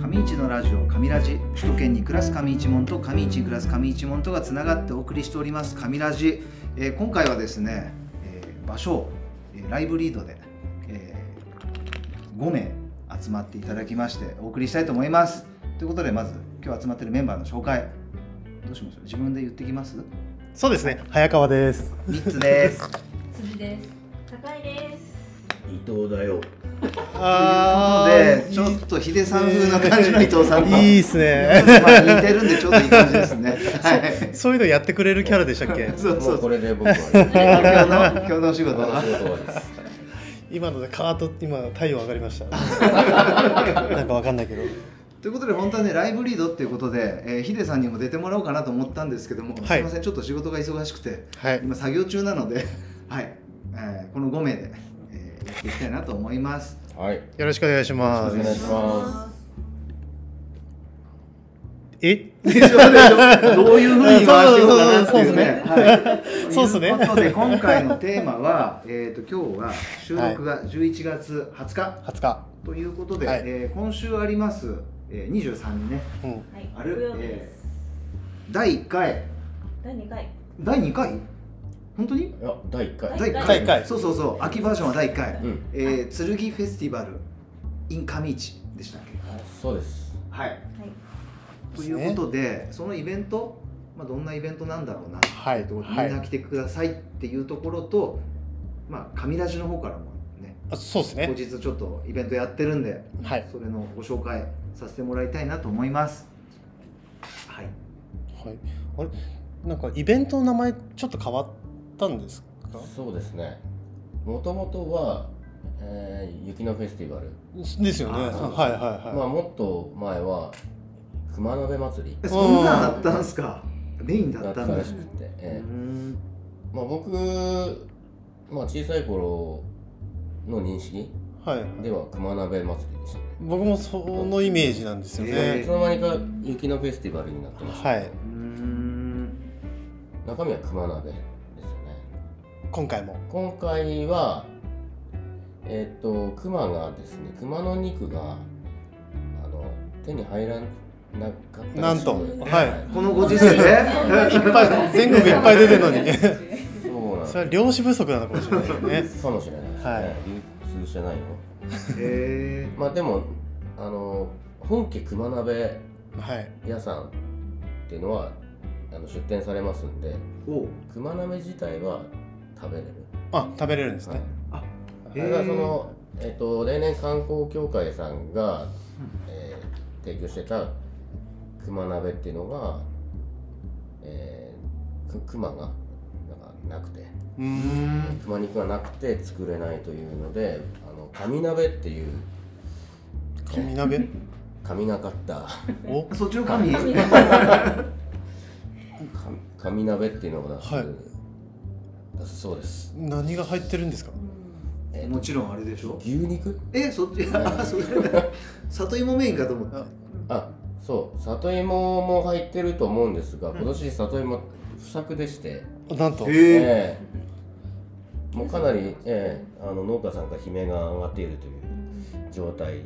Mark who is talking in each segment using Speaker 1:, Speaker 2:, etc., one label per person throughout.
Speaker 1: 上市のラジオ上ラジ首都圏に暮らす上市門と上市に暮らす上市門とがつながってお送りしております上ラジ、えー今回はですね、えー場所を、えーライブリードで、えー5名集まっていただきましてお送りしたいと思いますということでまず今日集まってるメンバーの紹介どうしましょう自分で言ってきます
Speaker 2: そうですね、早川です。
Speaker 1: 3つ です
Speaker 3: 辻です。高いです。。
Speaker 4: 伊藤だよ。
Speaker 1: ということでちょっとヒデさん風な感じの伊藤さんと、
Speaker 2: いいですね。
Speaker 1: まあ似てるんでちょっといい感じです ね。はい。？
Speaker 2: そういうのやってくれるキャラでしたっけ
Speaker 1: そうそ
Speaker 4: も
Speaker 1: う
Speaker 4: う
Speaker 1: そ
Speaker 4: こ
Speaker 1: う。
Speaker 4: れで僕は終わりです。
Speaker 1: 今日の今日のお仕
Speaker 4: 仕
Speaker 1: 事
Speaker 4: 事
Speaker 1: は。
Speaker 4: はです。
Speaker 2: 今のでカーッと今太陽上がりました。 なんかわかんないけど。
Speaker 1: ということで本当はねライブリードっていうことで、えー、ヒデさんにも出てもらおうかなと思ったんですけども、
Speaker 2: い
Speaker 1: すいませんちょっと仕事が忙しくて
Speaker 2: はい。
Speaker 1: 今作業中なので、 はい。えーこの5名で、えーやっていきたいなと思い ます。
Speaker 4: はい。
Speaker 2: よろしくお願いしま
Speaker 4: お願い
Speaker 2: す。
Speaker 4: します
Speaker 2: え？
Speaker 1: でしょでしょどういうふうに回していこうかなっていうね。はい
Speaker 2: そうっすね
Speaker 1: ということで今回のテーマ は、えっと今日は収録が11月20日。
Speaker 2: 20日。
Speaker 1: ということで、
Speaker 2: はい
Speaker 1: えー今週あります、えー、23日ね
Speaker 2: うん。
Speaker 3: はい。
Speaker 1: あれ
Speaker 3: 木曜日です。
Speaker 1: 第1回
Speaker 3: 第二回。
Speaker 1: 第2回本当に
Speaker 4: いや、第一回。
Speaker 3: 第一回
Speaker 2: 第一回
Speaker 1: そうそうそう秋バージョンは第1回、
Speaker 4: うん。
Speaker 1: えー、剣フェスティバル in 上市でしたっけ
Speaker 4: そうです。
Speaker 1: はい
Speaker 3: はい。
Speaker 1: ということでそのイベント、まあ、どんなイベントなんだろうな
Speaker 2: はい。は。
Speaker 1: みんない来てくださいっていうところと、まあ上ラジの方からもね
Speaker 2: あそうです
Speaker 1: 後
Speaker 2: ね。
Speaker 1: 日ちょっとイベントやってるんで
Speaker 2: はい。
Speaker 1: それのご紹介させてもらいたいなと思います。はい。
Speaker 2: はい。あれなんかイベントの名前ちょっと変わったんですか？
Speaker 4: そうですね。もともとは、えー雪のフェスティバル。
Speaker 2: ですよね。はい
Speaker 1: あそう
Speaker 2: はいはい。
Speaker 4: まあ、もっと前は、熊鍋祭り
Speaker 1: えそんなんあったんすか。メインだ
Speaker 4: だ
Speaker 1: っ
Speaker 4: ったた
Speaker 1: んだ
Speaker 4: ら。しくて。
Speaker 1: う
Speaker 4: え
Speaker 1: ん
Speaker 4: ーまあ、僕、まあ、小さい頃の認識
Speaker 2: はい。
Speaker 4: では熊鍋祭りでしたね。
Speaker 2: 僕もそのイメージなんですよ
Speaker 1: え
Speaker 4: い
Speaker 2: ね
Speaker 4: つ。の間にか雪のフェスティバルになってました。
Speaker 2: はい。
Speaker 1: うん。
Speaker 4: 中身は熊鍋ですよね。
Speaker 2: 今回も。
Speaker 4: 今回はえっ、と熊がですね熊の肉があの手に入らなかったらしく
Speaker 2: なんとはい
Speaker 1: このご時世で。
Speaker 2: いっぱい全国いっぱい出てる のに。
Speaker 4: そうなん
Speaker 2: それは漁師不足なのかもしれないよ ね。
Speaker 4: かもしれないですね、
Speaker 2: はい
Speaker 4: 流通してないの
Speaker 1: え
Speaker 4: まあでもあの本家熊鍋
Speaker 2: はい。
Speaker 4: 屋さんっていうのはあの出店されますんで
Speaker 1: ー。お。
Speaker 4: 熊鍋自体は食べれる
Speaker 2: あ、食べれるんですね。
Speaker 4: は
Speaker 1: あ
Speaker 4: い
Speaker 1: へー
Speaker 4: だからその、えっと例年観光協会さんが、えー提供してた熊鍋っていうのが、えー、く熊がなんかなくて
Speaker 2: う。
Speaker 1: うんん。
Speaker 4: 熊肉がなくて作れないというのであの神鍋っていう
Speaker 2: 神鍋。
Speaker 4: 神がかった
Speaker 2: お。
Speaker 1: そっちの神。
Speaker 4: 神神鍋っていうのが出す、
Speaker 2: はい
Speaker 4: 出すそうです、
Speaker 2: 何が入ってるんですか。
Speaker 4: えー
Speaker 1: もちろんあれでしょ
Speaker 4: 牛肉
Speaker 1: え、そっち。あ、 それ。里芋メインかと思った。
Speaker 4: あそう里芋も入ってると思うんですが今年里芋不作でして、
Speaker 2: あなんと。
Speaker 1: え
Speaker 4: ええもうかなり、ええあの農家さんから悲鳴が上がっているという状態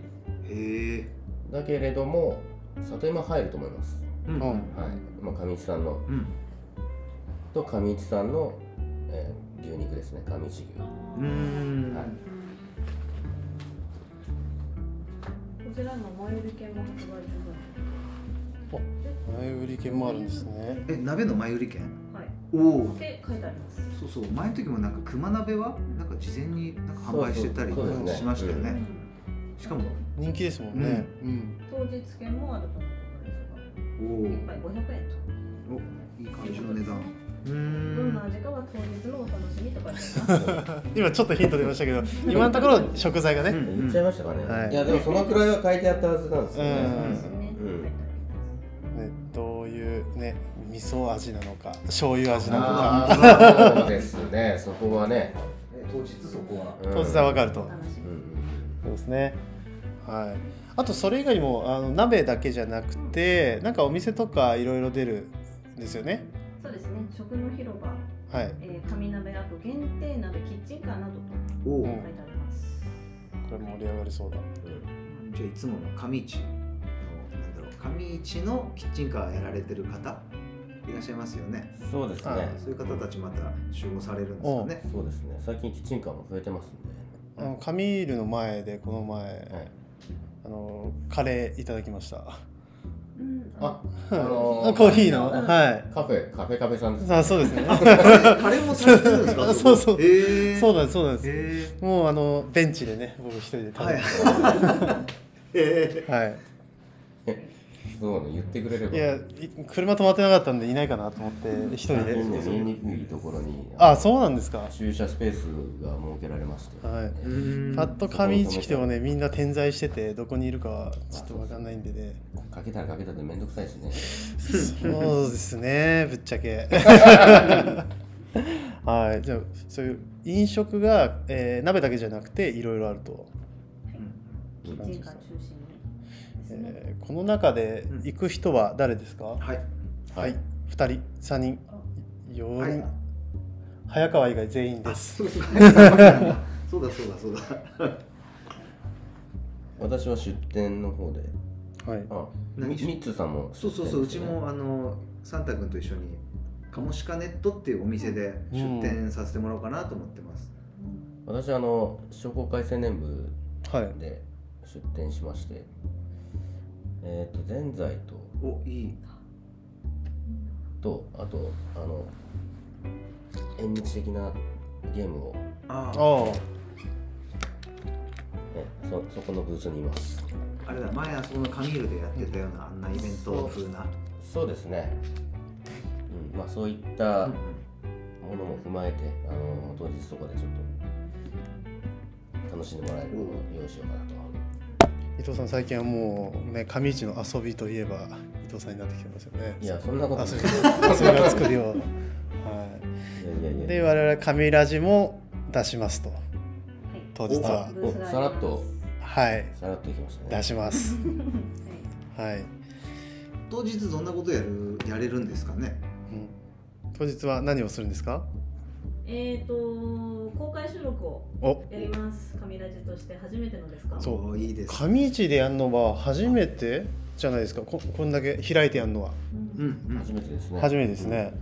Speaker 1: え。へえ。
Speaker 4: だけれども里芋入ると思います、
Speaker 1: う。
Speaker 2: うんん。
Speaker 4: はいまあ、上市さんの
Speaker 1: うん。
Speaker 4: と上市さんの、ええ牛肉ですね上市牛
Speaker 1: うん。
Speaker 4: はい
Speaker 3: こちらの前売り券も発売中
Speaker 2: 前売り券もあるんですね。
Speaker 1: え、鍋の前売り券。
Speaker 3: だ。はい。
Speaker 1: おお
Speaker 3: っ。て書いてあります。
Speaker 1: そうそう前の時もなんか熊鍋はなんか事前になんか販売してたり
Speaker 4: そうそう
Speaker 2: そうですね
Speaker 1: しましたよ
Speaker 4: う
Speaker 1: ね。しかも
Speaker 2: 人気ですもんね。うん。
Speaker 3: 当日券もあるとのことです
Speaker 1: お
Speaker 3: が、
Speaker 1: お
Speaker 3: 一杯500円と。
Speaker 1: いい感じの値段。うー。
Speaker 3: どんなん味かは当日のお楽しみと書いてあ ります。
Speaker 2: 今ちょっとヒント出ましたけど、今のところ食材が
Speaker 1: う
Speaker 2: ね。
Speaker 1: ん
Speaker 4: 言っちゃいましたかね、
Speaker 2: はい
Speaker 4: い、やでもそのくらいは書いてあったはずなんですよ
Speaker 2: う
Speaker 4: ね、
Speaker 2: ん
Speaker 3: ですね。
Speaker 4: う
Speaker 3: 書
Speaker 4: ん
Speaker 3: いて
Speaker 2: ねどういうね、味噌味なのか、醤油味なのか。
Speaker 4: ああそうですねそこはね、
Speaker 1: え当日そこは。
Speaker 4: うん
Speaker 2: 当日はわかる
Speaker 3: あ
Speaker 2: と
Speaker 3: り。ます。楽し
Speaker 4: う
Speaker 3: み。
Speaker 4: ん
Speaker 2: そうですね。はい。あとそれ以外にもあの鍋だけじゃなくて、なんかお店とかいろいろ出るんですよね。
Speaker 3: そうですね。食の広場、
Speaker 2: はい。
Speaker 3: えー、紙鍋あと限定鍋キッチンカーなどと
Speaker 1: おお。
Speaker 2: うん
Speaker 3: 書いてあります。
Speaker 2: これ盛り上がりそうだ。
Speaker 4: うんうん
Speaker 1: じゃあいつもの上市上市のキッチンカーやられてる方いらっしゃいますよね
Speaker 4: そうです
Speaker 2: はい
Speaker 4: ね
Speaker 1: そういう方たちまた集合されるんですよね
Speaker 4: そうですね最近キッチンカーも増えてますんで、
Speaker 2: あのカミールの前でこの前、
Speaker 4: はい
Speaker 2: あのカレーいただきました。
Speaker 3: うん
Speaker 4: あ
Speaker 2: あ
Speaker 4: のー
Speaker 2: コーヒーの、
Speaker 3: うん
Speaker 2: は
Speaker 4: カフェカフェカフェさんです
Speaker 2: い。あそうですね。
Speaker 1: カレーもされてるんですか
Speaker 2: そうそう
Speaker 1: えー、
Speaker 2: そう
Speaker 1: う
Speaker 2: なんですそうなんです。
Speaker 1: え
Speaker 2: もうあのベンチでね僕一人
Speaker 1: ー、
Speaker 2: で食
Speaker 1: はい
Speaker 2: べ
Speaker 1: え
Speaker 2: て、はい。
Speaker 4: そうね言ってくれれば
Speaker 2: いやい車止まってなかったんでいないかなと思って一人で。
Speaker 4: みんな見にくいところに
Speaker 2: あそうなんですか。
Speaker 4: 駐車スペースが設けられまして、
Speaker 2: はい。
Speaker 1: ー、うーん
Speaker 2: パッと上市来てもねみんな点在しててどこにいるかはちょっとわかんないんでね
Speaker 4: かけたらかけたで面倒くさいしね
Speaker 2: そうですねぶっちゃけはいじゃあそういう飲食が、えー鍋だけじゃなくていろいろあると、
Speaker 3: キッチンカー中心にですね。
Speaker 2: えーこの中で行く人は誰ですか、
Speaker 1: はい
Speaker 2: はい2人3人4
Speaker 1: は
Speaker 2: 人、
Speaker 1: い
Speaker 2: 早川以外全員で
Speaker 1: あ
Speaker 2: す
Speaker 1: そうそうそうだそうだそうだ
Speaker 4: 私は出店の方で
Speaker 2: はい
Speaker 4: あ
Speaker 1: 何
Speaker 4: ミミッツーさんも
Speaker 1: そうそうそううちもあのサンタ君と一緒にカモシカネットっていうお店で出店させてもらおうかなと思ってます、
Speaker 4: 私あの商工会青年部
Speaker 2: はい
Speaker 4: で出店しましてえっ、とぜんざいと
Speaker 1: おいい
Speaker 4: とあとあの縁日的なゲームを、
Speaker 1: ああ
Speaker 2: あ
Speaker 4: ね、そそこのブースにいます
Speaker 1: あれだ前あそこのカミールでやってたようなあんなイベント風な
Speaker 4: そうですね、うんまあ、そういった
Speaker 1: うん
Speaker 4: ものも踏まえてあの当日そこでちょっと楽しんでもらえるものを用意しようかなと
Speaker 2: あ伊藤さん最近はもうね上市の遊びといえば伊藤さんになってきてますよね
Speaker 4: いやそんなこと
Speaker 2: 遊
Speaker 4: ない
Speaker 2: び遊びが作るようはい
Speaker 4: やいやいや
Speaker 2: で我々カミラジも出しますと
Speaker 3: はい
Speaker 2: 当日は
Speaker 4: おさらっと
Speaker 2: はい
Speaker 4: さらっといきましたね
Speaker 2: 出しますはい、
Speaker 1: 当日どんなことやるやれるんですかね
Speaker 2: うん当日は何をするんですか
Speaker 3: えっと公開収録を
Speaker 2: お
Speaker 3: やります。カミラジとして初めてのですか。
Speaker 2: そう
Speaker 1: おいいです
Speaker 2: 上市でやるのは初めてじゃないですかここんだけ開いてやるのは
Speaker 3: う。
Speaker 1: うんうんん
Speaker 4: 初めてですね
Speaker 2: 初めてですね、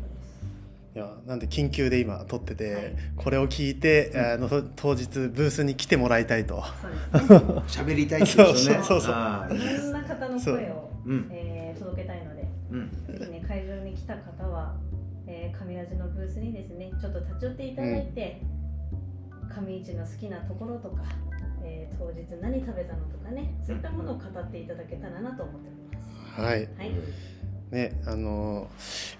Speaker 2: いやなんで緊急で今撮ってて、
Speaker 3: はい
Speaker 2: これを聞いて、あの当日ブースに来てもらいたいと
Speaker 3: そう ですね。
Speaker 1: 喋りたいってことね
Speaker 2: そうそうそう
Speaker 1: ああいい
Speaker 3: い
Speaker 1: で
Speaker 3: ろん
Speaker 1: す
Speaker 3: な方の声を、
Speaker 1: うん
Speaker 3: えー、届けたいので、
Speaker 1: うん
Speaker 3: ぜひね会場に来た方は、えー、カミラジのブースにですね、ちょっと立ち寄っていただいて、上市の好きなところとか、えー、当日何食べたのとかね、そういったものを語っていただけたらなと思っております。
Speaker 2: はい
Speaker 3: はい。
Speaker 2: ねあの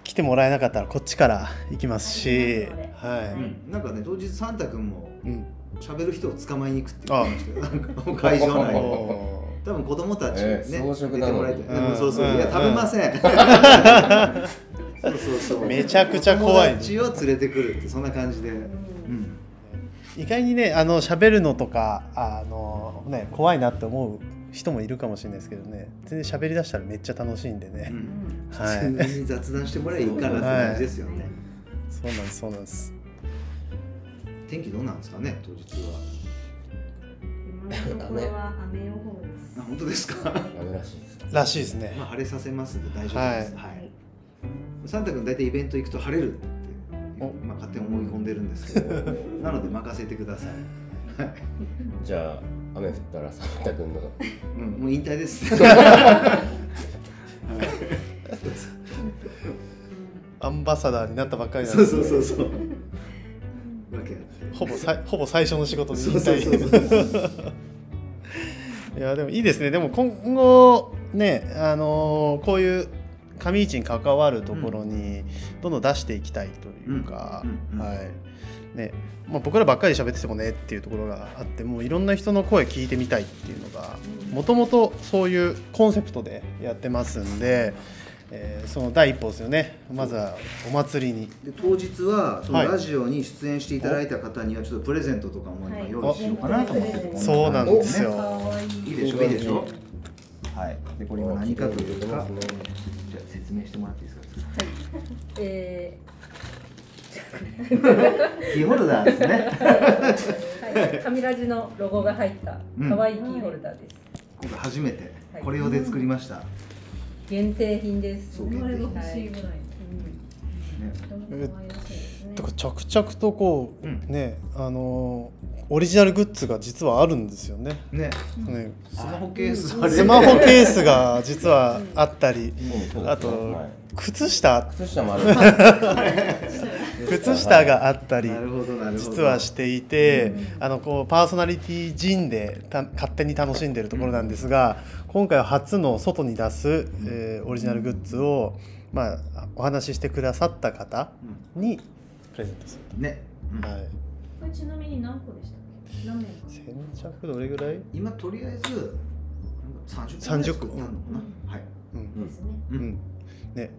Speaker 2: 来てもらえなかったらこっちから行きますし
Speaker 3: あります
Speaker 1: う
Speaker 2: は
Speaker 1: んなんかね当日サンタ君も
Speaker 2: い、うん、
Speaker 1: 喋る人を捕まえに行くって言ってましたよなんか会場内で
Speaker 2: おー
Speaker 1: 多分子供たちね、
Speaker 4: ええ装飾
Speaker 1: 出
Speaker 4: な
Speaker 1: ても
Speaker 4: の
Speaker 1: らい
Speaker 4: に
Speaker 1: たい、うん、そうそう、
Speaker 2: うん
Speaker 1: いや
Speaker 2: うん
Speaker 1: 食べません、 そうそうそう
Speaker 2: めちゃくちゃ怖い
Speaker 1: 友達を連れてくるってそんな感じで、
Speaker 3: う。
Speaker 1: うんん、
Speaker 2: 意外にねあの喋るのとかあの、ね、怖いなって思う人もいるかもしれないですけどね全然喋りだしたらめっちゃ楽しいんで
Speaker 1: う
Speaker 2: ね、
Speaker 1: ん、
Speaker 2: はいそう
Speaker 1: 普通に雑談してもらえばいいかなって感じですよね、
Speaker 2: なんですそうなんです
Speaker 1: 天気どうなんですかね当日は
Speaker 3: 今のところは雨予報です。
Speaker 1: あ本当ですか
Speaker 4: ダメらしいです
Speaker 2: らしいですね
Speaker 1: まあ晴れさせますんで大丈夫です、はいサンタ君大体イベント行くと晴れるって、
Speaker 2: お
Speaker 1: まあ、勝手に思い込んでるんですけ どなので任せてください、
Speaker 4: じゃあ雨降ったらサンタ君の
Speaker 1: うん、もう引退 です、はい
Speaker 2: アンバサダーになったばっかりなん
Speaker 1: そう
Speaker 2: で
Speaker 1: そうそうそう。わけあって
Speaker 2: ほぼさいほぼ最初の仕事で
Speaker 1: そ
Speaker 2: 引
Speaker 1: うそうそう
Speaker 2: 退
Speaker 1: そう。
Speaker 2: いやでもいいですねでも今後ねあのーこういう上市に関わるところにどんどん出していきたいというか、
Speaker 1: うんうんうん
Speaker 2: はいねまあ、僕らばっかり喋っててもねっていうところがあってもういろんな人の声聞いてみたいっていうのがもともとそういうコンセプトでやってますんで、えーその第一歩ですよねまずはお祭りに
Speaker 1: で当日はそ
Speaker 2: は
Speaker 1: の
Speaker 2: い
Speaker 1: ラジオに出演していただいた方にはちょっとプレゼントとかも今用意しようかなと思って
Speaker 3: はい
Speaker 1: て。
Speaker 2: そうなんですよ
Speaker 3: かわいい。
Speaker 1: いいでしょいいでしょ。はい。でこれ今何かというか
Speaker 4: 綺麗に入れてますね
Speaker 1: じゃあ説明してもらっていいですか。
Speaker 3: え
Speaker 1: キーホルダーですね。
Speaker 5: はい、紙ラジのロゴが入った可愛いキーホルダーです。
Speaker 1: 今回初めて
Speaker 5: はい
Speaker 1: これ用で作りました。
Speaker 5: 限定品です。
Speaker 1: そう
Speaker 5: 我
Speaker 1: 限
Speaker 5: 々
Speaker 1: 定
Speaker 5: が
Speaker 1: 品
Speaker 5: 欲しいぐらい。
Speaker 1: ね
Speaker 5: うん。とても可愛らしいですね
Speaker 2: だ。から着々とこう、
Speaker 1: うん
Speaker 2: ねあのーオリジナルグッズが実はあるんですよね。
Speaker 1: ね
Speaker 2: ね
Speaker 1: スマホケースあれ
Speaker 2: スマホケースが実はあったり、
Speaker 4: そう
Speaker 2: あと
Speaker 4: はい
Speaker 2: 靴下
Speaker 4: 靴下もある。
Speaker 2: 靴下があったり。
Speaker 1: なるほどなるほど
Speaker 2: 実はしていて、あのこうパーソナリティ陣でた勝手に楽しんでるところなんですが、今回は初の外に出す、えーオリジナルグッズを、まあ、お話ししてくださった方にプレゼントする
Speaker 1: ね、うん
Speaker 2: と、はい、
Speaker 3: これちなみに何個でしたっけ何名か
Speaker 2: 先着どれぐらい、
Speaker 1: 今とりあえずなんか30
Speaker 2: 30
Speaker 1: 個ぐらい作ったのかなはい
Speaker 2: うん
Speaker 4: うん
Speaker 3: ですね。
Speaker 1: う
Speaker 2: うんんね、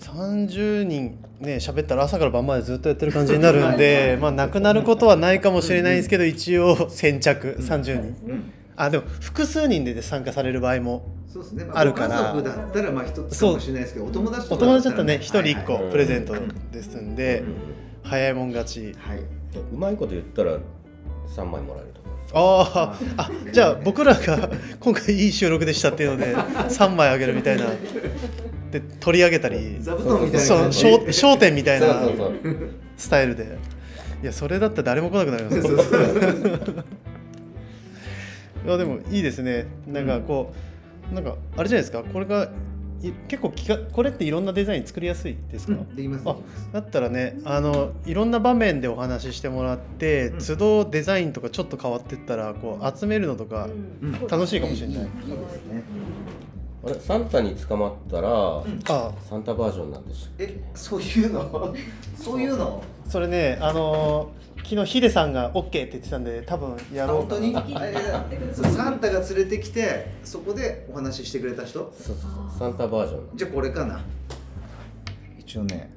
Speaker 2: 30人ね喋ったら朝から晩までずっとやってる感じになるんでまあなくなることはないかもしれないんですけど一応先着30
Speaker 3: そう
Speaker 2: 人
Speaker 3: です
Speaker 1: う
Speaker 3: ね。
Speaker 1: ん
Speaker 2: あでも複数人でで参加される場合も
Speaker 1: そうですね、ま
Speaker 2: あるから
Speaker 1: ご家族だったらまあ一つかもしれないですけどお友達
Speaker 2: お
Speaker 1: とか
Speaker 2: 友
Speaker 1: だっ
Speaker 2: 達だったらね1人
Speaker 1: はい
Speaker 2: 1個
Speaker 4: はい
Speaker 2: プレゼントですんで
Speaker 4: うん
Speaker 2: 早いもん勝ち
Speaker 1: はい、はい、
Speaker 4: うまいこと言ったら三枚もらえるとか。
Speaker 2: あーあじゃあ僕らが今回いい収録でしたっていうので3枚あげるみたいなで取り上げたり
Speaker 1: 座布団みたいな
Speaker 2: その
Speaker 1: 感じ
Speaker 2: 商商店みたいな
Speaker 4: そうそうそう。
Speaker 2: スタイルでいやそれだったら誰も来なくなりますよ
Speaker 1: そうそう
Speaker 2: いやでもいいですねなんかこう、なんかあれじゃないですかこれがい結構きかこれっていろんなデザイン作りやすいです
Speaker 1: う
Speaker 2: か、
Speaker 1: んできますで
Speaker 2: あ
Speaker 1: きます
Speaker 2: だったらねあのいろんな場面でお話ししてもらって、
Speaker 1: うん
Speaker 2: 都度デザインとかちょっと変わってったらこう集めるのとか
Speaker 1: うん
Speaker 2: 楽しいかもしれない、
Speaker 1: いいですね
Speaker 4: あれサンタに捕まったら
Speaker 2: あ
Speaker 4: サンタバージョンなんでしたっけ
Speaker 1: えそういうのそういうの
Speaker 2: それねあのー昨日ヒデさんが OK って言ってたんで多分や
Speaker 1: あ
Speaker 2: ろう
Speaker 1: 本当にあれだそうサンタが連れてきてそこでお話ししてくれた人
Speaker 4: そうそうそうサンタバージョンなんで
Speaker 1: じゃあこれかな一応ね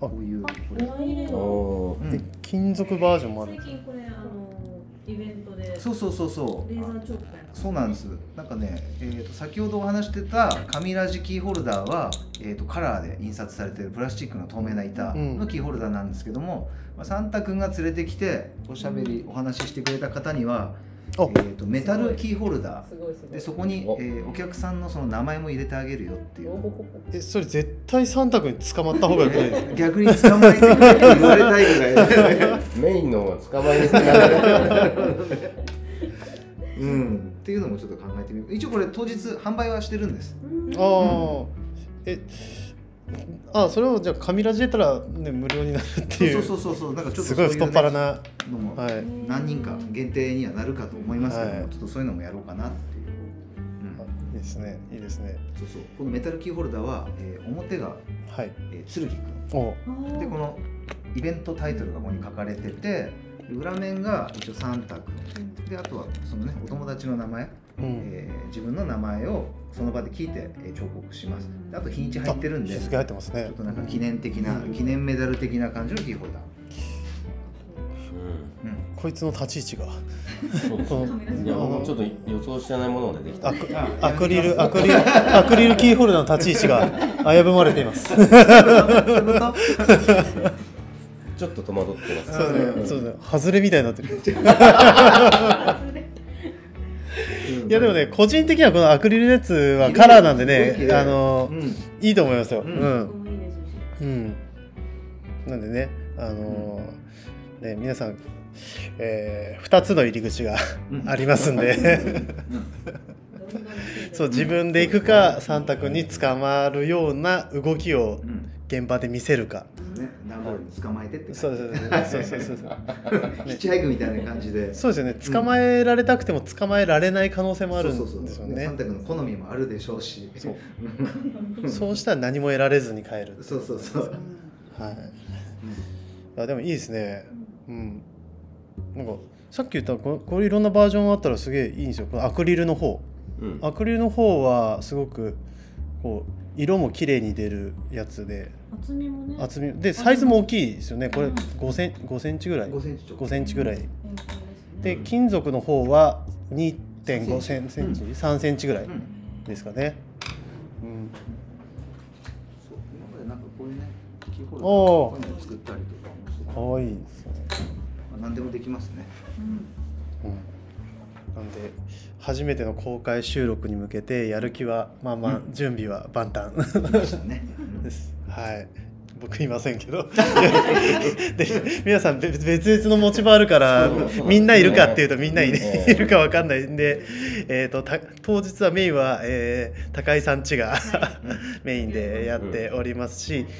Speaker 1: こういうこれ
Speaker 3: あいいね
Speaker 4: す。おおー。
Speaker 1: う
Speaker 2: え
Speaker 1: ん
Speaker 2: 金属バージョンもある
Speaker 5: 最近これあのイベントでレーザ
Speaker 1: そうそうそうそう
Speaker 5: ーチョーク
Speaker 1: そうなんです。なんかね、えー、と先ほどお話してた紙ラジキーホルダーは、えー、とカラーで印刷されてるプラスチックの透明な板のキーホルダーなんですけども、まあ、サンタ君が連れてきておしゃべりお話ししてくれた方には、
Speaker 2: あ
Speaker 1: えー、とメタルキーホルダ
Speaker 5: すごいす
Speaker 1: ー
Speaker 5: ご
Speaker 1: で
Speaker 5: い。
Speaker 1: そこに、えーお客さんのその名前も入れてあげるよってい
Speaker 5: お
Speaker 1: う。
Speaker 5: ほほほ
Speaker 2: えそれ絶対サンタ君に捕まった方がよくないですか
Speaker 1: 逆に捕まえてくれって言われたいぐらい
Speaker 4: メインの捕まえにくくなる。
Speaker 1: うん、っていうのもちょっと考えてみる一応これ当日販売はしてるんです
Speaker 2: ああ、えあそれをじゃあ紙ラジでたら、ね、無料になるって
Speaker 1: そう
Speaker 2: い
Speaker 1: そううそうそうそうなんかちょっと
Speaker 2: すごい
Speaker 1: そうう
Speaker 2: 太
Speaker 1: ね
Speaker 2: っ腹な、
Speaker 1: のも
Speaker 2: はい、
Speaker 1: 何人か限定にはなるかと思いますけども、
Speaker 2: はい
Speaker 1: ちょっとそういうのもやろうかなっていう、うん、
Speaker 2: いいですねいいですね
Speaker 1: そうそうこのメタルキーホルダーは、えー表が、
Speaker 2: はい
Speaker 1: えー、剣くん
Speaker 2: お
Speaker 1: でこのイベントタイトルがここに書かれててで裏面が一応サンタくんであとはそのねお友達の名前、
Speaker 2: うん
Speaker 1: えー自分の名前をその場で聞いて、えー彫刻しますであと日にち入ってるんで
Speaker 2: 日
Speaker 1: ち
Speaker 2: 付入ってますね
Speaker 1: ょっとなんか記念的な記念メダル的な感じのキーホルダー、
Speaker 4: うん
Speaker 1: うん、
Speaker 2: こいつの立ち位置が
Speaker 4: そうです
Speaker 2: こ
Speaker 4: ね。
Speaker 2: の
Speaker 4: いや僕もちょっと予想してないものが出てきた
Speaker 2: ア。クアクリルアクリルアクリルキーホルダーの立ち位置が危ぶまれています
Speaker 4: ちょっと戸惑ってます。
Speaker 2: そうだねそうだね外れみたいになってる いやでもね個人的にはこのアクリルのやつはカラーなんでねあの
Speaker 1: うん
Speaker 2: いいと思いますよ
Speaker 1: う
Speaker 2: うんん
Speaker 5: ここもいいですし
Speaker 2: うん、なんでね、あのーね皆さん、え2つの入り 口が
Speaker 1: うん
Speaker 2: ありますんで
Speaker 5: どんどん来て
Speaker 2: そう自分で行くかサンタ君に捕まるような動きを
Speaker 1: うん
Speaker 2: 現場で見せるか
Speaker 1: ね、段ボールに捕まえてって
Speaker 2: そうそうそうそうそうそうそう
Speaker 1: ヒッチハイクみたいな感じで
Speaker 2: そうですよね捕まえられたくても捕まえられない可能性もある
Speaker 1: そうそ
Speaker 2: ん
Speaker 1: う
Speaker 2: で
Speaker 1: そう
Speaker 2: すよ
Speaker 1: サン
Speaker 2: ね
Speaker 1: タ君の好みもあるでしょうし
Speaker 2: そう
Speaker 1: うん
Speaker 2: そうしたら何も得られずに帰る、
Speaker 1: そうそうそう
Speaker 2: はい、あでもいいですねうんなんかさっき言ったここれいろんなバージョンあったらすげえいいんですよこのアクリルの方
Speaker 4: うん。
Speaker 2: アクリルの方はすごくこう色も綺麗に出るやつで
Speaker 5: 厚みもね。
Speaker 2: 厚みでサイズも大きいですよねこれ5セン5センチぐらい
Speaker 1: 5センチちょっ
Speaker 2: 5センチぐらい
Speaker 5: 円形ですね
Speaker 2: で金属の方は2.5センチ
Speaker 1: うん
Speaker 2: 3センチぐらい
Speaker 1: うん
Speaker 2: ですかね、うん、
Speaker 1: そう今までなんかこういうねキーホルダー
Speaker 2: お
Speaker 1: こういうの作ったりとかもして
Speaker 2: ー
Speaker 1: ま
Speaker 2: かわいいですね、
Speaker 1: あ何でもできますね
Speaker 5: うん
Speaker 2: うんなんで初めての公開収録に向けてやる気はまあまあ
Speaker 1: うん
Speaker 2: 準備は万端
Speaker 1: ましたね。う
Speaker 2: で
Speaker 1: ん
Speaker 2: す、はい僕いませんけど で皆さん別別々の持ち場あるから
Speaker 4: そうそうそう
Speaker 2: みんないるかっていうとみんない,、ね
Speaker 4: うん
Speaker 2: いるかわかんないんで、えー、とた当日はメインは、えー高井さんちが メインでやっておりますし、
Speaker 3: ぜひ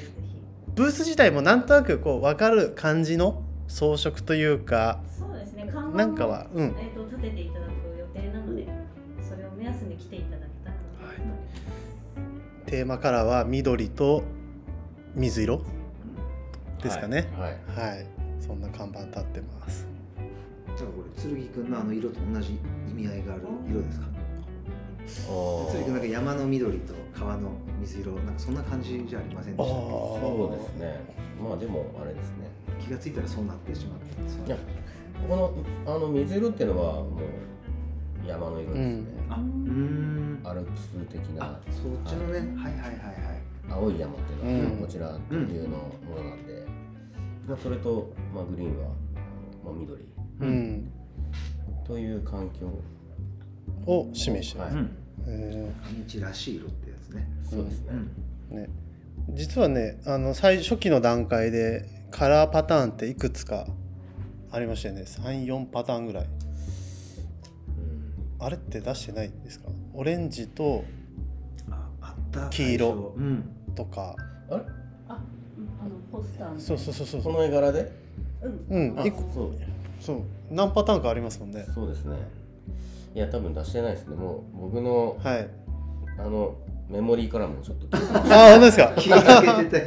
Speaker 2: ブース自体もなんとなくこう分かる感じの装飾というか
Speaker 3: そうですね。看板も
Speaker 2: なんかはうん
Speaker 3: えっ、と立てていただく予定なので、それを目安に来ていただけたらなと思います。
Speaker 2: テーマカラーは緑と水色ですかね
Speaker 4: はい
Speaker 2: はい、そんな看板立ってます
Speaker 1: だからこれ剣くんのあの色と同じ意味合いがある色ですか。
Speaker 4: おー
Speaker 1: 剣くんなんか山の緑と川の水色なんかそんな感じじゃありませんでしたっけ。
Speaker 4: そうですねまあでもあれですね
Speaker 1: 気がついたらそうなってしまってそう
Speaker 4: いやこのあの水色っていうのはもう山の色ですね、
Speaker 1: あうーん
Speaker 4: アルプス的
Speaker 1: あ
Speaker 4: な
Speaker 1: そっちのねはいはいはいはい
Speaker 4: 青い山っていうの
Speaker 2: うん
Speaker 4: はこちら特有のものなんで、まあ、それと、まあ、グリーンは、まあ、緑
Speaker 2: う、ん、
Speaker 4: という環境
Speaker 2: を示してる、
Speaker 4: は
Speaker 1: う
Speaker 4: い
Speaker 1: ん、
Speaker 2: え
Speaker 1: 上地らしい色ってやつね
Speaker 4: そうですね、
Speaker 1: うん
Speaker 2: ーね、実はねあの最初期の段階でカラーパターンっていくつかありましたよね34パターンぐらいあれって出してないんですかオレンジと
Speaker 1: ああった
Speaker 2: 黄
Speaker 1: 最
Speaker 2: 色
Speaker 1: 初うん
Speaker 2: とか
Speaker 4: あ
Speaker 5: う
Speaker 4: れ
Speaker 5: んあのポスターの
Speaker 2: そうそうそうそう
Speaker 4: こ
Speaker 2: そう
Speaker 4: の絵柄で
Speaker 5: うん
Speaker 2: うん
Speaker 4: あ
Speaker 2: 一個
Speaker 4: そう
Speaker 2: そう何パターンかありますもんね
Speaker 4: そうですねいや多分出してないですねもう僕の
Speaker 2: はい
Speaker 4: あのメモリーからもちょっ と
Speaker 2: あ本当ですか
Speaker 1: 黄色が出てたや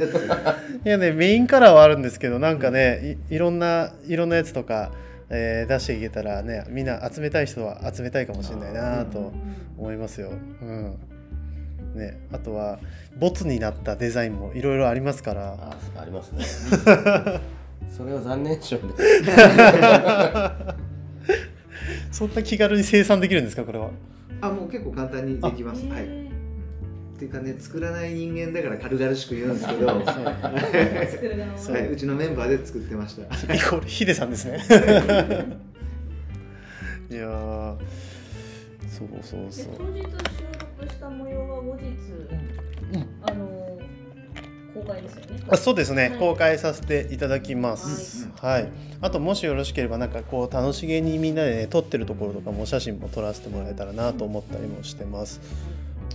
Speaker 1: つ
Speaker 2: いやねメインカラーはあるんですけどなんかねいいろんな色のやつとか、えー出していけたらねみんな集めたい人は集めたいかもしれないな
Speaker 1: う
Speaker 2: と
Speaker 5: うん
Speaker 2: 思いますよ。うんね、あとはボツになったデザインもいろいろありますから
Speaker 4: ああり ますねそれは残念賞で
Speaker 2: そんな気軽に生産できるんですかこれは。
Speaker 1: あもう結構簡単にできますはい
Speaker 5: え
Speaker 1: っていうかね作らない人間だから軽々しく言うんですけど
Speaker 5: ー作る側は
Speaker 1: はいうちのメンバーで作ってました
Speaker 2: これヒデさんですね。 いやーそうそう
Speaker 5: で
Speaker 2: そう
Speaker 5: 当。日収録した模様は後日、あの公開ですよね。
Speaker 2: あそうですね、
Speaker 5: はい
Speaker 2: 公開させていただきます。はい、あともしよろしければなんかこう楽しげにみんなで、ね、撮ってるところとかもお写真も撮らせてもらえたらなと思ったりもしてます。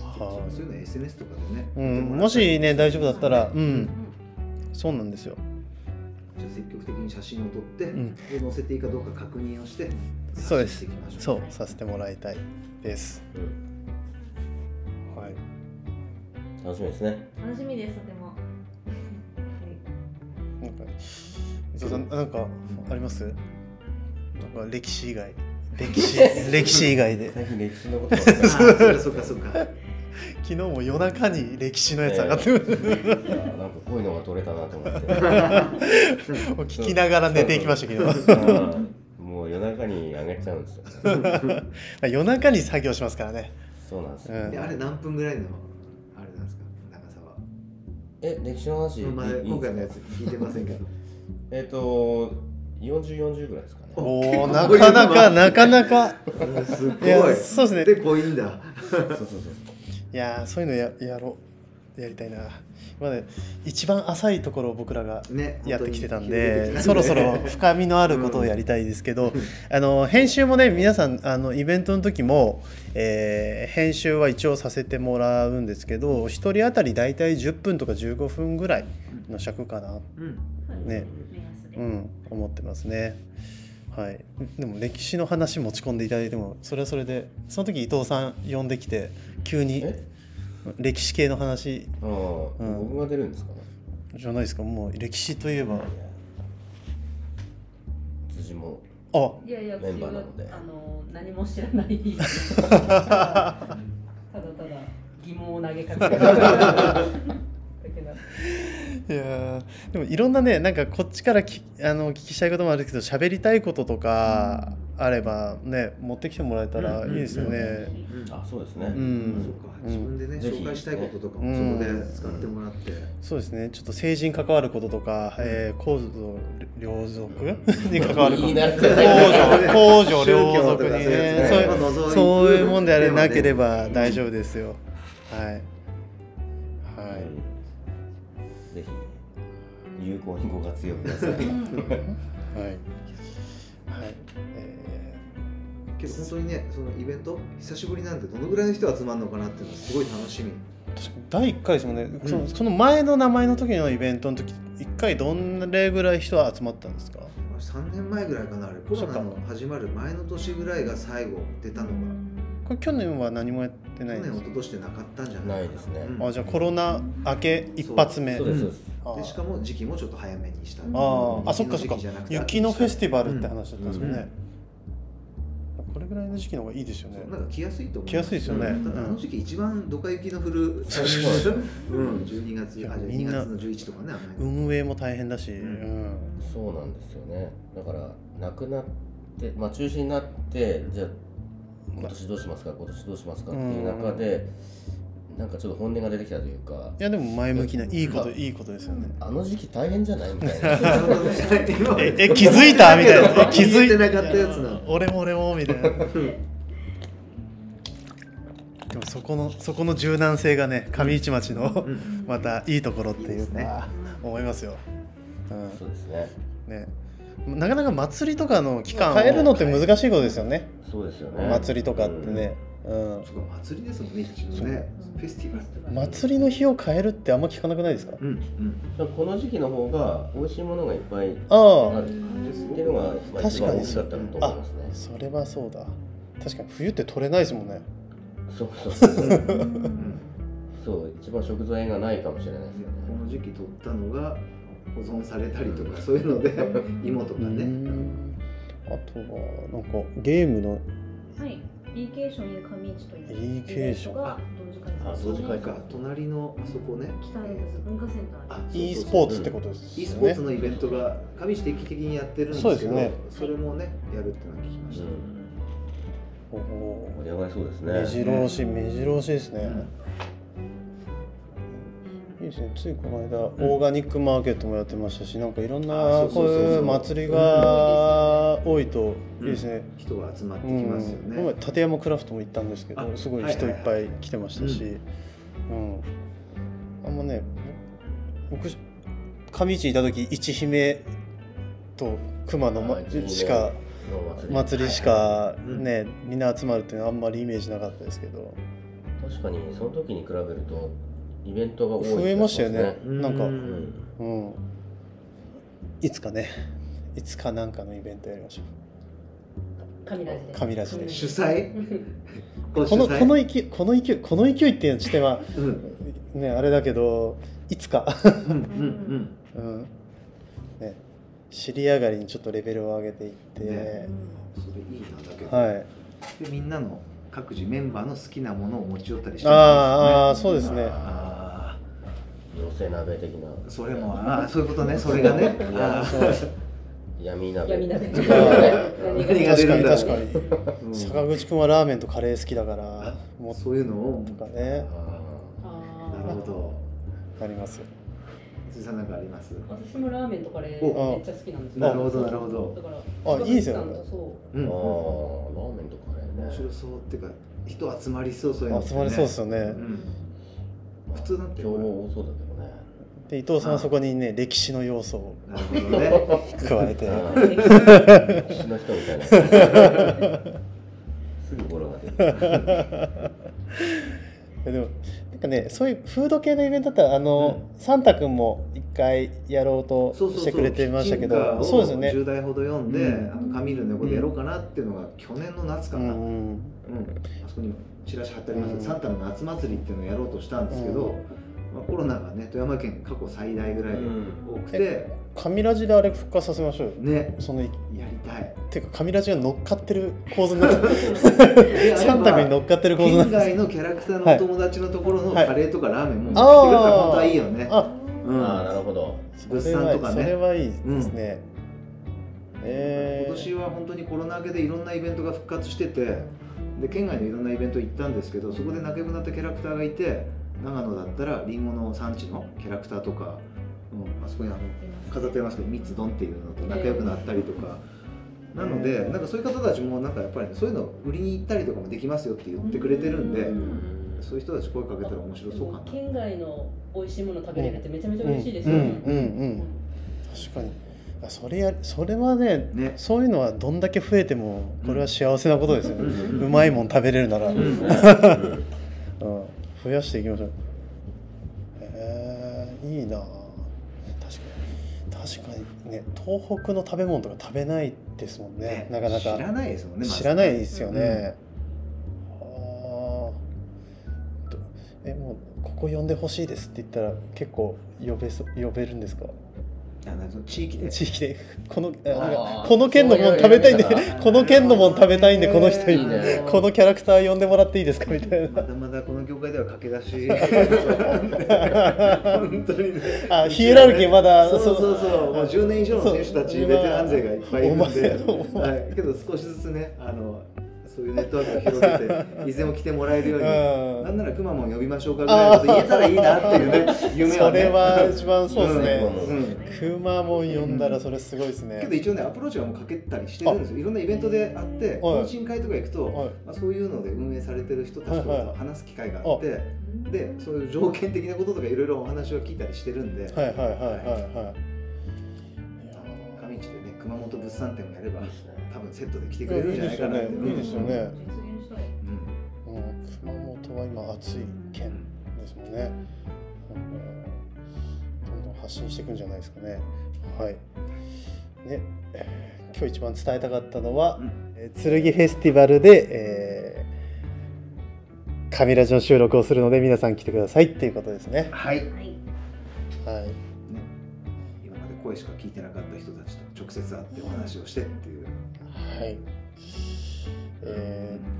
Speaker 2: は
Speaker 1: そういうの SNS とかでね
Speaker 2: い。うん、もしね大丈夫だったら、う
Speaker 5: うん
Speaker 2: ん、そうなんですよ。
Speaker 1: じゃあ積極的に写真を撮って、
Speaker 2: ん
Speaker 1: で載せていいかどうか確認をして
Speaker 2: そうです
Speaker 1: 発信していきましょう
Speaker 2: そうさせてもらいたいです。
Speaker 4: うん
Speaker 2: はい。
Speaker 4: 楽しみですね
Speaker 3: 楽しみです。でも。はい
Speaker 2: なんか、伊藤さんなんかあります？なんか歴史以外、歴 史歴史以外で。
Speaker 4: 最近歴史のことば
Speaker 1: あ
Speaker 4: っかり
Speaker 1: ーそっかそっかそっか
Speaker 2: 昨日も夜中に歴史のやつ上がってくる。
Speaker 4: いやなんかこういうのが取れたなと思って
Speaker 2: もう聞きながら寝ていきましたけど。
Speaker 4: うんもう夜中に上げちゃうんですよ、
Speaker 2: 夜中に作業しますからね。
Speaker 4: そうなんです
Speaker 2: う
Speaker 4: よ、
Speaker 1: で
Speaker 2: ん。
Speaker 1: あれ何分ぐらいのあれなんですか長さは
Speaker 4: え歴史の話いいいいん
Speaker 1: 前今回のや
Speaker 4: で
Speaker 1: つ
Speaker 4: すか
Speaker 1: 聞いてませんけど
Speaker 4: えっ、と4040ぐらいですかね
Speaker 2: おお
Speaker 1: 結構
Speaker 2: なかなかなかな か。
Speaker 1: うんす
Speaker 2: いや
Speaker 1: ごい
Speaker 2: そうですね
Speaker 1: で。濃いんだ
Speaker 4: そうそうそう
Speaker 2: いやーそういうのややろうやりたいな。今まで一番浅いところを僕らが
Speaker 1: ね
Speaker 2: やってきてたん
Speaker 1: 本当に
Speaker 2: でそろそろ深みのあることをやりたいですけど、あの編集もね皆さんあのイベントの時も、えー編集は一応させてもらうんですけど1人当たり大体10分とか15分ぐらいの尺かな、
Speaker 1: うん
Speaker 2: ね
Speaker 3: 目安で。
Speaker 2: うん、思ってますね。はい、でも歴史の話持ち込んでいただいてもそれはそれでその時伊藤さん呼んできて急に
Speaker 4: え
Speaker 2: 歴史系の話
Speaker 4: ああ、
Speaker 2: うん
Speaker 4: 僕が出るんですかね
Speaker 2: じゃないですかもう歴史といえば
Speaker 4: 辻も
Speaker 2: あ
Speaker 5: いやいや、
Speaker 4: メンバーなので
Speaker 5: 私はあの何も知らない。ただただ疑問を投げかけてる。だけ ど、
Speaker 2: いやーでもいろんなねなんかこっちからきあのお聞きしたいこともあるけど喋りたいこととかあればね持ってきてもらえたらいいですよね。
Speaker 4: あそうですね、
Speaker 2: うん
Speaker 1: そうか
Speaker 2: うん
Speaker 1: 自分でね、
Speaker 4: ぜひ
Speaker 1: 紹介したいこととかも
Speaker 2: うん
Speaker 1: そこで使ってもらって、
Speaker 2: そうですねちょっと成人関わることとか、えー、皇族領族に関わること
Speaker 4: いいな
Speaker 2: 公 女公女領族にねそう
Speaker 1: 宗
Speaker 2: い
Speaker 1: 教
Speaker 2: う
Speaker 1: とかそういうやつね
Speaker 2: そういうもんであれなければ大丈夫ですよ。はいは
Speaker 4: うんぜひ有効にご活用くださ い。
Speaker 2: いはいはい。え
Speaker 1: けど本当にねそのイベント久しぶりなんでどのぐらいの人集まるのかなっていうのはすごい楽しみ
Speaker 2: ー確かに第1回ですもんね、
Speaker 1: うん
Speaker 2: そのその前の名前の時のイベントの時1回どんれぐらい人集まったんですか
Speaker 1: 3年前ぐらいかなあれコロナの始まる前の年ぐらいが最後出たのが
Speaker 2: これ去年は何もやってない
Speaker 1: 去
Speaker 2: んで
Speaker 1: 年一昨
Speaker 2: すか
Speaker 1: 年でなかったんじゃない
Speaker 4: ないですね
Speaker 1: うん
Speaker 2: あじゃあコロナ明け一発目
Speaker 4: そうですそうです。
Speaker 2: あー
Speaker 1: でしかも時期もちょっと早めにした
Speaker 2: あーあそっかそっか雪のフェスティバルって話だったんですよね、これぐらいの時期の方がいいですよね
Speaker 1: なんか来やすいと思う
Speaker 2: 来やすいですよね
Speaker 1: うんただあ
Speaker 2: うん
Speaker 1: の時期一番ドカ雪の降る
Speaker 4: そう
Speaker 1: 最初
Speaker 4: そう
Speaker 1: うん12月
Speaker 2: いや
Speaker 1: あじゃあ2
Speaker 2: みんな
Speaker 1: 月の11とかねあの辺
Speaker 2: 運営も大変だし、う
Speaker 1: うん
Speaker 2: ん
Speaker 4: そうなんですよね。だからなくなってまあ中止になってじゃあ今年どうしますか今年どうしますかっていう中で、なんかちょっと本音が出てきたというか
Speaker 2: い。やでも前向きないいこといいことですよね、
Speaker 4: あの時期大変じゃないみたいな
Speaker 1: なるほどね今まで
Speaker 2: ええ気づいたみたいなえ
Speaker 1: 気
Speaker 2: 気
Speaker 1: づ
Speaker 2: づい
Speaker 1: いてなかったやつなの
Speaker 2: 俺も俺もみたいなでもそこのそこの柔軟性がね上市町の
Speaker 1: うん
Speaker 2: またいいところっていうか
Speaker 1: いいですね
Speaker 2: 思いますよ、うん
Speaker 4: そうですね
Speaker 2: ね、なかなか祭りとかの期間を
Speaker 4: 変えるのって
Speaker 2: 難しいことですよね、
Speaker 4: そうですよね
Speaker 2: うん
Speaker 1: そうか祭りですもんね一応ねフェスティバル
Speaker 2: 祭りの日を変えるってあんま聞かなくないですか
Speaker 1: うんうん
Speaker 4: うんこの時期の方が美味しいものがいっぱいあ
Speaker 2: あ
Speaker 4: るっていうのがまあ一番大きかったと思います
Speaker 2: あ
Speaker 4: ね
Speaker 2: それはそうだ確かに冬って取れないですもんね
Speaker 4: そうそうそう
Speaker 1: うん
Speaker 4: そう一番食材がないかもしれないですよ
Speaker 1: こ
Speaker 4: ね
Speaker 1: の時期取ったのが保存されたりとかそういうので芋とかね
Speaker 2: んあとはなんかゲームの
Speaker 5: はい。イーケーションいう上市という。
Speaker 2: イーケーション
Speaker 5: が同時開催
Speaker 4: あ
Speaker 1: 同時会か
Speaker 4: 館
Speaker 1: 隣のあそこね
Speaker 5: 北アルプス文化センター
Speaker 1: あ
Speaker 5: に。
Speaker 1: そうそうそう
Speaker 2: e スポーツってことですよね
Speaker 1: e スポーツのイベントが上市定期的にやってるんですけど
Speaker 2: そうです
Speaker 1: そ
Speaker 2: ね
Speaker 1: れもねやるってのは聞きました、
Speaker 2: おお
Speaker 4: 盛り上がりそうですね
Speaker 2: 目白押し目白押しですね、いいですね、ついこの間、オーガニックマーケットもやってましたしなんかいろんな
Speaker 1: あそ
Speaker 2: こ
Speaker 1: う
Speaker 2: う
Speaker 1: そうそうそう
Speaker 2: いう祭りが多いといいですね、
Speaker 1: 人が集まって
Speaker 2: う
Speaker 1: き
Speaker 2: ん
Speaker 1: ますよね、
Speaker 2: 僕立山クラフトも行ったんですけど
Speaker 1: あ
Speaker 2: すごい人いっぱい来てましたし、うんあんまね僕上市いた時一姫と熊の、ま
Speaker 4: あー、
Speaker 2: しか
Speaker 4: の祭り
Speaker 2: 祭りしか
Speaker 1: いはい
Speaker 2: ね、みんな集まるっていうのはあんまりイメージなかったですけど
Speaker 4: 確かにその時に比べるとイベントが多い
Speaker 2: 増えましたよね
Speaker 1: うん
Speaker 2: なんか
Speaker 1: う
Speaker 4: うん
Speaker 2: うんいつかねいつかなんかのイベントやりましょ
Speaker 5: 神ラジで。
Speaker 2: 神ラジで
Speaker 1: 主催こ
Speaker 2: うこのこの勢いこの勢いこの勢いっていうのはちょっと今
Speaker 1: うんうん
Speaker 2: ねあれだけどいつか、
Speaker 1: うんうん
Speaker 2: うんね、知り上がりにちょっとレベルを上げていって、
Speaker 1: ねそれいいなだけど、
Speaker 2: はい
Speaker 1: でみんなの各自メンバーの好きなものを持ち寄ったりして
Speaker 2: あ
Speaker 1: るん
Speaker 2: あああ
Speaker 1: ですね
Speaker 2: そうですね
Speaker 1: あ
Speaker 4: 寄せ鍋的な
Speaker 1: あそれもああそういうことねそれ がね
Speaker 4: うん
Speaker 1: あ
Speaker 4: 闇鍋
Speaker 5: 闇鍋。
Speaker 4: うん
Speaker 1: あ何 が出
Speaker 2: 確か
Speaker 1: るんだろう
Speaker 2: に確かに
Speaker 1: あうん
Speaker 2: 坂口くんはラーメンとカレー好きだからもっ
Speaker 1: そういうのを
Speaker 2: とかね
Speaker 4: あ
Speaker 1: なるほど
Speaker 2: なりますよ
Speaker 1: 辻さんなんかあります
Speaker 5: 私もラーメンとカレ
Speaker 1: お
Speaker 5: ーめっちゃ好きなんですよ。
Speaker 1: なるほどなるほど
Speaker 5: だから。
Speaker 2: あいいですよね
Speaker 5: 坂口さんとそう。
Speaker 1: うん
Speaker 4: ーあーラ
Speaker 1: 面
Speaker 4: ーメンとカレーね
Speaker 1: 白そうっていうか人集まりそうそういうのって
Speaker 2: 集
Speaker 1: ね
Speaker 2: まりそうですよね、
Speaker 1: うん普通なんて
Speaker 4: 競合多そうだけどね
Speaker 2: で伊藤さんはそこにね歴史の要素を
Speaker 1: なるほどね
Speaker 2: 加えて
Speaker 4: あー歴史の人み たいなすぐ語呂が出る
Speaker 2: えでもなんかねそういうフード系のイベントだったらあの、サンタ君も一回やろうと
Speaker 1: そうそう
Speaker 2: し
Speaker 1: そ
Speaker 2: て
Speaker 1: う
Speaker 2: くれてました
Speaker 1: キ
Speaker 2: け
Speaker 1: ッチンカー
Speaker 2: ど
Speaker 1: を
Speaker 2: そうですよね
Speaker 1: 10台ほど読んで、
Speaker 2: うん
Speaker 1: あのカミールの横でやろうかなっていうのが去年の夏か
Speaker 2: うん
Speaker 1: な、うん
Speaker 2: うん
Speaker 1: あそこにチラシ貼ってあります、
Speaker 2: うん
Speaker 1: サンタの夏祭りっていうのをやろうとしたんですけど、
Speaker 2: うん
Speaker 1: まあ、コロナがね富山県過去最大ぐらい多くて、
Speaker 2: 神ラジであれ復活させましょうよ
Speaker 1: ね
Speaker 2: そのい
Speaker 1: やりたい
Speaker 2: ていうか神ラジが乗っかってる構図にな ってる サンタ君に乗っかってる構図になっ
Speaker 1: 県
Speaker 2: てる
Speaker 1: 外のキャラクターのお友達のところの
Speaker 2: はい
Speaker 1: カレーとかラーメンも持ってくれたら
Speaker 2: あ
Speaker 1: 本当
Speaker 2: あ
Speaker 1: はいいよね。
Speaker 2: あ
Speaker 1: う
Speaker 4: ああ
Speaker 1: ん
Speaker 4: なるほど
Speaker 2: そ
Speaker 1: 物
Speaker 2: れ
Speaker 1: 産と
Speaker 2: は
Speaker 1: か
Speaker 2: それ
Speaker 1: ね。
Speaker 2: はいいですね、ええー
Speaker 1: 今年は本当にコロナ明けでいろんなイベントが復活しててで県外のいろんなイベント行ったんですけどそこで泣けなったキャラクターがいて長野だったらりんごの産地のキャラクターとか、うん、あそこにあの飾ってますけど「ミッツドン」っていうのと仲良くなったりとか。なので、なんかそういう方たちもなんかやっぱりね、そういうのを売りに行ったりとかもできますよって言ってくれてるんで、
Speaker 4: うん
Speaker 1: そういう人たち声かけたら面白そうかな。
Speaker 5: 県外の美味しいもの食べれるってめちゃめちゃ嬉しいです
Speaker 2: う
Speaker 5: よ
Speaker 2: んう
Speaker 5: ね。
Speaker 2: んうん確かにあそれやそれはね
Speaker 1: ね
Speaker 2: そういうのはどんだけ増えてもこれは幸せなことですよね、
Speaker 1: う
Speaker 2: うんまいもん食べれるなら、うん
Speaker 1: ん
Speaker 2: 増やしていきましょうへえいいな確かに確かにね東北の食べ物とか食べないですもんね
Speaker 1: ね
Speaker 2: なかなか
Speaker 1: 知らないですもんね。まず
Speaker 2: 知らないですよね。はあどえもうここ呼んでほしいですって言ったら結構呼べそ呼べるんですか。
Speaker 1: あのその地域で。
Speaker 2: 地域でこのあなん
Speaker 4: あ
Speaker 2: か
Speaker 4: ー
Speaker 2: この県のもん食べたいんで
Speaker 4: そういうやり方
Speaker 2: この県のもん食べたいんでこの人
Speaker 4: いいね
Speaker 2: このキャラクター呼んでもらっていいですかみたい
Speaker 1: ま
Speaker 2: な。
Speaker 1: だまだこの業界では駆け出 し。本当にね。
Speaker 2: あヒエラルキーまだ
Speaker 1: そうそう
Speaker 2: そ
Speaker 1: そううそう。もう10年以上の選手たち
Speaker 2: そう
Speaker 1: ベテラン勢がいっぱいいるんで。
Speaker 2: お前お前
Speaker 1: はい。けど少しずつねあのそういうネットワークを広げ ていずれも来てもらえるように。
Speaker 2: うん
Speaker 1: なんならくまモン呼びましょうかぐらいのこと言えたらいいなっていう ね夢は
Speaker 2: そ
Speaker 1: ね。
Speaker 2: れは一番そうです
Speaker 4: う
Speaker 2: ね
Speaker 4: ん。
Speaker 1: うん。
Speaker 2: クマモン呼んだらそれすごいですね。
Speaker 1: けど一応ねアプローチはもうかけたりしてるんですよいろんなイベントであって
Speaker 2: はい
Speaker 1: 懇親会とか行くと、
Speaker 2: はい
Speaker 1: まあ、そういうので運営されてる人たち
Speaker 2: はいは
Speaker 1: と
Speaker 2: い
Speaker 1: 話す機会があって、でそういう条件的なこととかいろいろお話を聞いたりしてるんで、
Speaker 2: はいはいはいはいはい。
Speaker 1: 上市でね熊本物産展をやれば
Speaker 4: いいですね
Speaker 1: 多分セットで来てくれるんじゃないかなって
Speaker 2: いいですよね
Speaker 5: 実現したい。
Speaker 1: うん
Speaker 2: うん、熊本は今暑い県ですもんね。うんどんどん発信していくんじゃないですかね。はい。ね、えー今日一番伝えたかったのは、
Speaker 1: うん
Speaker 2: えー剣フェスティバルで、えー、カミラジの収録をするので皆さん来てくださいっていうことですね。
Speaker 1: はい
Speaker 5: はい。
Speaker 2: はい。
Speaker 1: 今まで声しか聞いてなかった人たちと直接会ってお話をしてっていう
Speaker 2: はい。えー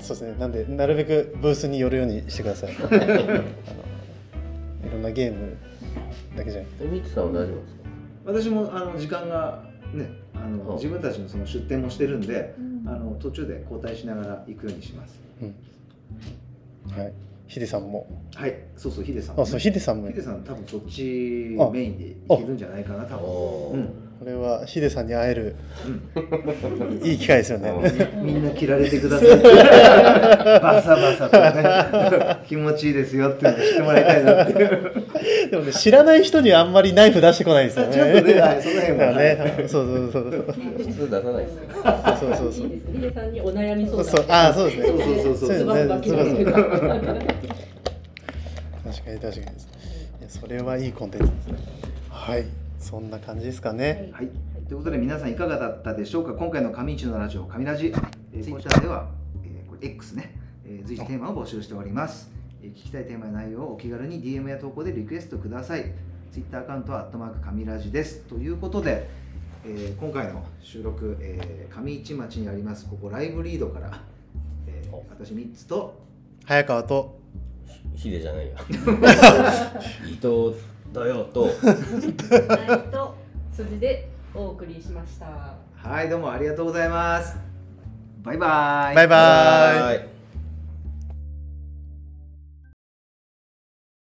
Speaker 2: そうですね。なんでなるべくブースに寄るようにしてくだ さい。あのいろんなゲームだけじゃなくて
Speaker 4: えミッツさんは大丈夫ですか
Speaker 1: 私もあの時間がねあの
Speaker 4: うん
Speaker 1: 自分たちのその出店もしてるんであ
Speaker 5: あの
Speaker 1: の途中で交代しながら行くようにします
Speaker 2: はい。ヒデさんも。
Speaker 1: はいそうそうヒデさんも
Speaker 2: あ、
Speaker 1: ね
Speaker 2: そう、ヒデさんも。
Speaker 1: ヒデ
Speaker 2: こ
Speaker 1: さん多分そっち
Speaker 2: あ
Speaker 1: メインでいけるんじゃないかな多分う
Speaker 4: お
Speaker 1: ん
Speaker 2: れはヒデさんに会える
Speaker 1: うん
Speaker 2: いい機会ですよ
Speaker 4: ー
Speaker 2: ね。
Speaker 1: みんな切られてくださ いバサバサとね 気持ちいいですよっていうのを知ってもらいたいなっていう
Speaker 2: でもね、知らない人にはあんまりナイフ出してこないです
Speaker 1: ちょ
Speaker 2: よ
Speaker 1: っ
Speaker 2: ね。
Speaker 1: とねはいその辺も
Speaker 2: だからね、そうそうそうそう。
Speaker 4: 普通出さないですよ
Speaker 2: そうそうそう
Speaker 5: いいですね。ヒデさんにお悩み
Speaker 2: そ
Speaker 5: 相
Speaker 2: う
Speaker 5: 談。
Speaker 2: そう、あ、そうですね。
Speaker 1: そうそうそうそう
Speaker 5: ズバッと
Speaker 2: そうですね
Speaker 5: 開けてくれる
Speaker 2: 確かに、確かに。いや、それはいいコンテンツですね。はい、そんな感じですかね。
Speaker 1: はい、ということで皆さんいかがだったでしょうか今回の上市のラジオ上ラジ、えー、こちらでは、えーこれ X ね、えー随時テーマを募集しております、えー聞きたいテーマや内容をお気軽に DM や投稿でリクエストください Twitter アカウントは「アットマーク上ラジ」ですということで、えー今回の収録、えー上市町にありますここライブリードから、えー私3つと
Speaker 2: 早川と。
Speaker 4: ヒデじゃないや伊藤だよと
Speaker 5: はい。と筋でお送りしました。
Speaker 1: はいどうもありがとうございますバイバイ
Speaker 2: バイバイ
Speaker 4: はい